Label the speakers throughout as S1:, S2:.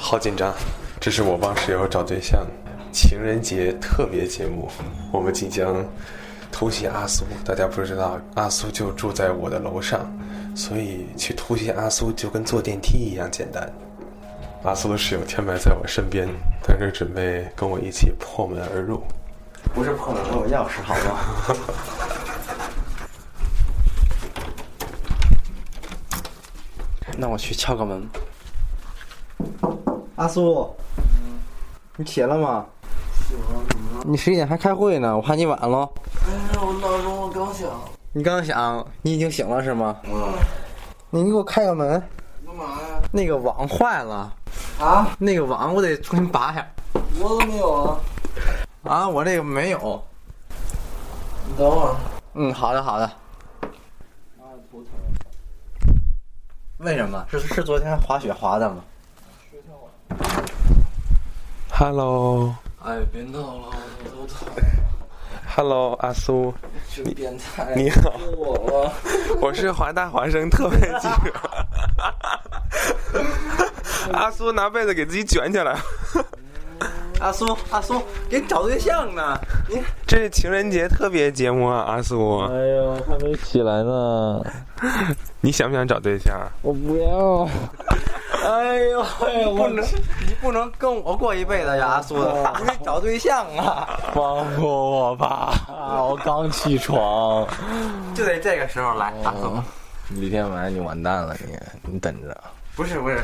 S1: 好紧张，这是我帮室友找对象情人节特别节目，我们即将突袭阿苏。大家不知道，阿苏就住在我的楼上，所以去突袭阿苏就跟坐电梯一样简单。阿苏的室友天白在我身边，他是准备跟我一起破门而入。
S2: 不是破门，我钥匙好吗？ 那我去敲个门。阿苏，你起来了吗？你十一点还开会呢，我怕你晚了。
S3: 哎，我闹钟我刚响。
S2: 你刚想，你已经醒了是吗？
S3: 嗯，
S2: 你给我开个门，
S3: 干嘛呀？
S2: 那个网坏了，
S3: 啊？
S2: 那个网我得重新拔下。
S3: 我怎么没有啊？
S2: 啊，我这个没有。
S3: 你等会儿。
S2: 嗯，好的好的。
S3: 妈呀，头疼！
S2: 为什么？是是昨天滑雪滑的吗？
S1: Hello，Hello，
S3: 哎，别闹了，我头疼。
S2: 哎
S1: 阿苏，
S3: 这变态！
S1: 你好
S3: 说我了。
S1: 我是华大华生特派记者。 阿苏拿被子给自己卷起来。
S2: 阿苏阿苏，给你找对象呢。
S1: 这是情人节特别节目啊，阿苏，
S4: 哎呦，还没起来呢，
S1: 你想不想找对象？啊
S4: 我不要。
S2: 哎呦喂，我你不能跟我过一辈子呀，阿苏，你得找对象啊，
S4: 放过我吧！啊我刚起床。
S2: 就得这个时候来，阿苏。
S4: 李天白，你完蛋了，你你等着。
S2: 不是不是，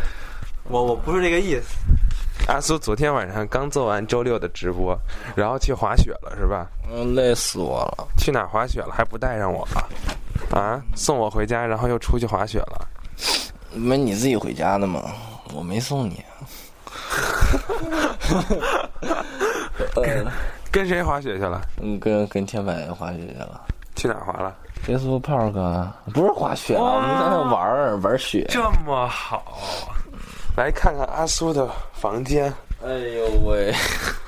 S2: 我我不是这个意思。
S1: 阿苏昨天晚上刚做完周六的直播，然后去滑雪了是吧？
S4: 嗯，累死我了。
S1: 去哪儿滑雪了还不带上我啊？啊，送我回家，然后又出去滑雪了。
S4: 没你自己回家的吗？我没送你。啊
S1: 跟谁滑雪去了？
S4: 嗯，跟跟天白滑雪去了。
S1: 去哪儿滑了？
S4: Facebook Park 啊不是滑雪啊，我们在那玩儿玩雪。
S1: 这么好，啊来看看阿苏的房间。
S4: 哎呦喂，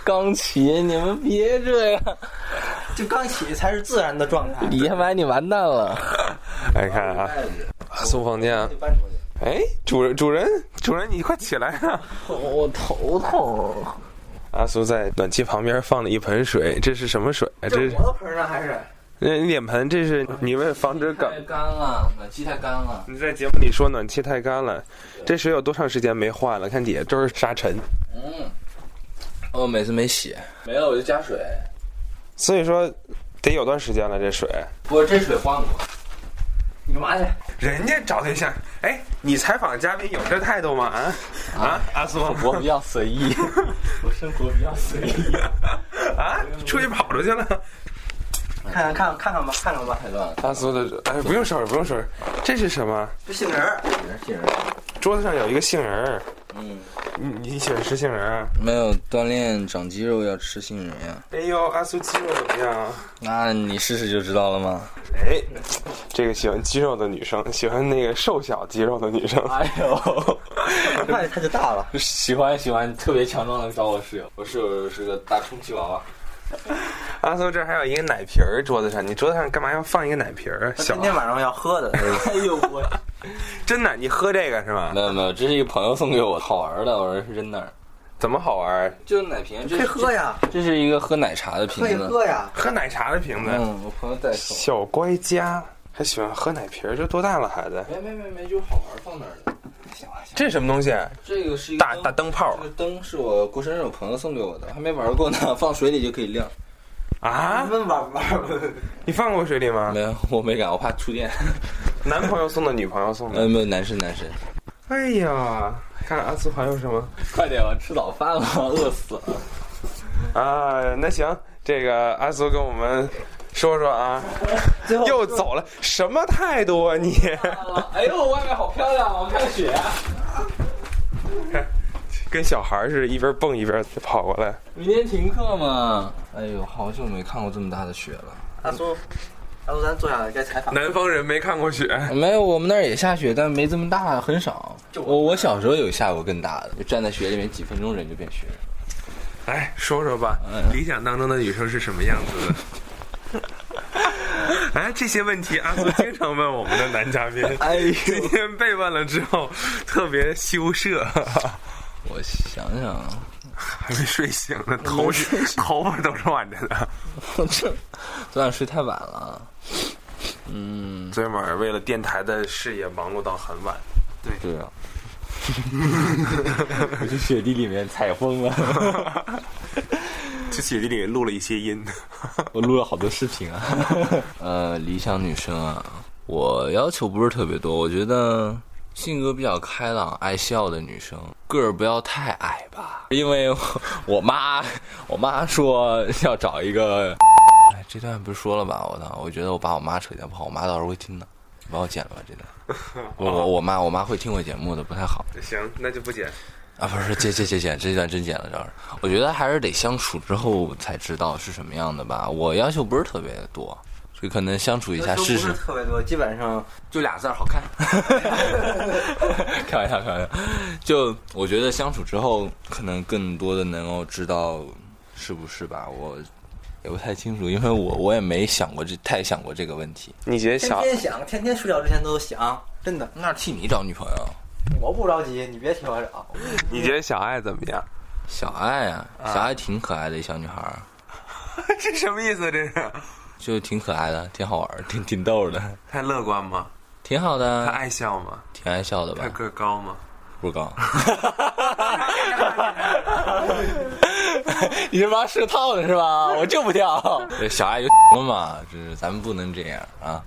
S4: 刚起，你们别这 样。
S2: 就刚起才是自然的状态。
S4: 李天白，你完蛋了。
S1: 来看啊，阿苏房间啊。
S2: 搬出去。
S1: 哎，主人，主人，主人，你快起来啊！
S4: 我头痛。
S1: 阿苏在暖气旁边放了一盆水，这是什么水？啊这
S2: 这
S1: 是
S2: 是我的盆呢还是？
S1: 那脸盆，这是你为了防止感
S4: 嗯太干了，暖气太干了。
S1: 你在节目里说暖气太干了，这水有多长时间没换了？看底下都是沙尘，
S4: 嗯，我哦每次没洗，没了我就加水。
S1: 所以说得有段时间了。这水，
S4: 不过这水换过。
S2: 你干嘛 去？
S1: 人家找对象，哎，你采访嘉宾有这态度吗？啊啊，阿苏，
S4: 我比较随意，我生活比较随意。
S1: 啊，出去跑出去了。
S2: 看看看看看吧，看看吧。
S4: 太乱了，
S1: 阿苏的，哎，不用收拾，不用收拾，这是什么？
S2: 这杏仁儿，
S4: 人是人。
S1: 桌子上有一个杏仁儿，
S4: 嗯，
S1: 你你喜欢吃杏仁啊儿？
S4: 没有锻炼长肌肉要吃杏仁呀。
S1: 哎呦，阿苏肌肉怎么样啊？
S4: 那你试试就知道了吗？
S1: 哎，这个喜欢肌肉的女生，喜欢那个瘦小肌肉的女生，
S4: 哎呦，
S2: 很快它就大了。
S4: 喜欢喜欢，特别强壮的找我室友，我室友是个大充气娃娃。
S1: 阿苏这儿还有一个奶瓶儿，桌子上，你桌子上干嘛要放一个奶瓶儿？
S2: 今
S1: 小
S2: 天晚上要喝的，
S4: 哎呦我，
S1: 真奶，你喝这个是吗
S2: 嗯
S4: 没？有没有，这是一个朋友送给我好玩的，我是真的，
S1: 怎么好玩儿？
S4: 就是奶瓶，这
S2: 可以喝呀，
S4: 这是一个喝奶茶的瓶
S2: 可以
S4: 子。
S2: 喝呀。
S1: 喝奶茶的瓶子，
S4: 嗯，我朋友带手。
S1: 小乖家还喜欢喝奶瓶儿，这多大了孩子？
S4: 没没没没，就是好玩放那儿的。行了行了，
S1: 这什么东西？啊
S4: 这个是一个
S1: 大
S2: 嗯
S4: 灯
S1: 大。灯泡
S4: 这个灯是我过生日我朋友送给我的，还没玩过呢， 放水里就可以亮。
S1: 啊
S2: 你？们玩玩
S1: 你放过水里吗？
S2: 嗯
S4: 没有，我没敢，我怕触 电。
S1: 男朋友送的，女朋友送的。
S2: 嗯
S4: 呃，没有，男生男生。
S1: 哎呀，看看阿苏还有什么
S4: 快点，我吃早饭了， 饿死了。
S1: 啊？那行，这个阿苏跟我们说说啊，
S2: 最后
S1: 又走了，什么态度啊你？
S4: 哎呦，外面好漂亮，啊我看雪。
S1: 跟小孩儿似的，一边蹦一边跑过来。
S4: 明天停课吗？哎呦，好久没看过这么大的雪了。
S2: 阿苏，阿苏，咱坐下来该采访。
S1: 南方人没看过雪，
S4: 没有，我们那儿也下雪，但没这么大，很少。我我小时候有下过更大的，就站在雪里面几分钟人就变雪了。
S1: 来哎说说吧，理想当中的女生是什么样子的？ 哎，这些问题阿苏经常问我们 的男嘉宾，
S4: 哎呦
S1: 今天被问了之后特别羞涩。
S4: 我想想 啊，
S1: 还没睡醒呢，头是 头发都是挽着的。
S4: 我这昨晚睡太晚了。嗯，
S1: 昨天晚上为了电台的事业忙碌到很晚，
S4: 对啊， 我去雪地里面采风了，
S1: 去雪地里录了一些音。
S4: 我录了好多视频啊。呃，理想女生啊，我要求不是特别多，我觉得性格比较开朗、爱笑的女生，个儿不要太矮吧，因为我我妈我妈说要找一个，哎，这段不是说了吧？我操，我觉得我把我妈扯掉不好，我妈到时候会听的，你帮我剪了吧这段。 我我我妈我妈会听我节目的，不太好。
S1: 行，那就不剪。
S4: 啊，不是，这这这剪这段真剪了，这儿。我觉得还是得相处之后才知道是什么样的吧。我要求不是特别多，所以可能相处一下
S2: 要求
S4: 试
S2: 不
S4: 试
S2: 是。特别多，基本上
S4: 就俩字儿，好看。 开玩笑，开玩笑。就我觉得相处之后，可能更多的能够知道是不是吧。我也不太清楚，因为我我也没想过这太想过这个问题。
S1: 你觉得
S2: 天
S1: 小
S2: 天想，天天睡觉之前都想，真的，
S4: 那替你找女朋友，
S2: 我不着急，你别替我找。
S1: 你觉得小爱怎么样？
S4: 小爱啊，小爱挺可爱的一小女孩儿。
S1: 这什么意思？这是
S4: 就挺可爱的，挺好玩儿，挺挺逗的，
S1: 太乐观吗？
S4: 挺好的
S1: 他
S4: 啊，
S1: 爱笑吗？
S4: 挺爱笑的
S1: 他
S4: 吧？
S1: 个高吗？
S4: 不高。你这 帮是套的是吧？我就不跳。小爱有了嘛，就是咱们不能这样啊。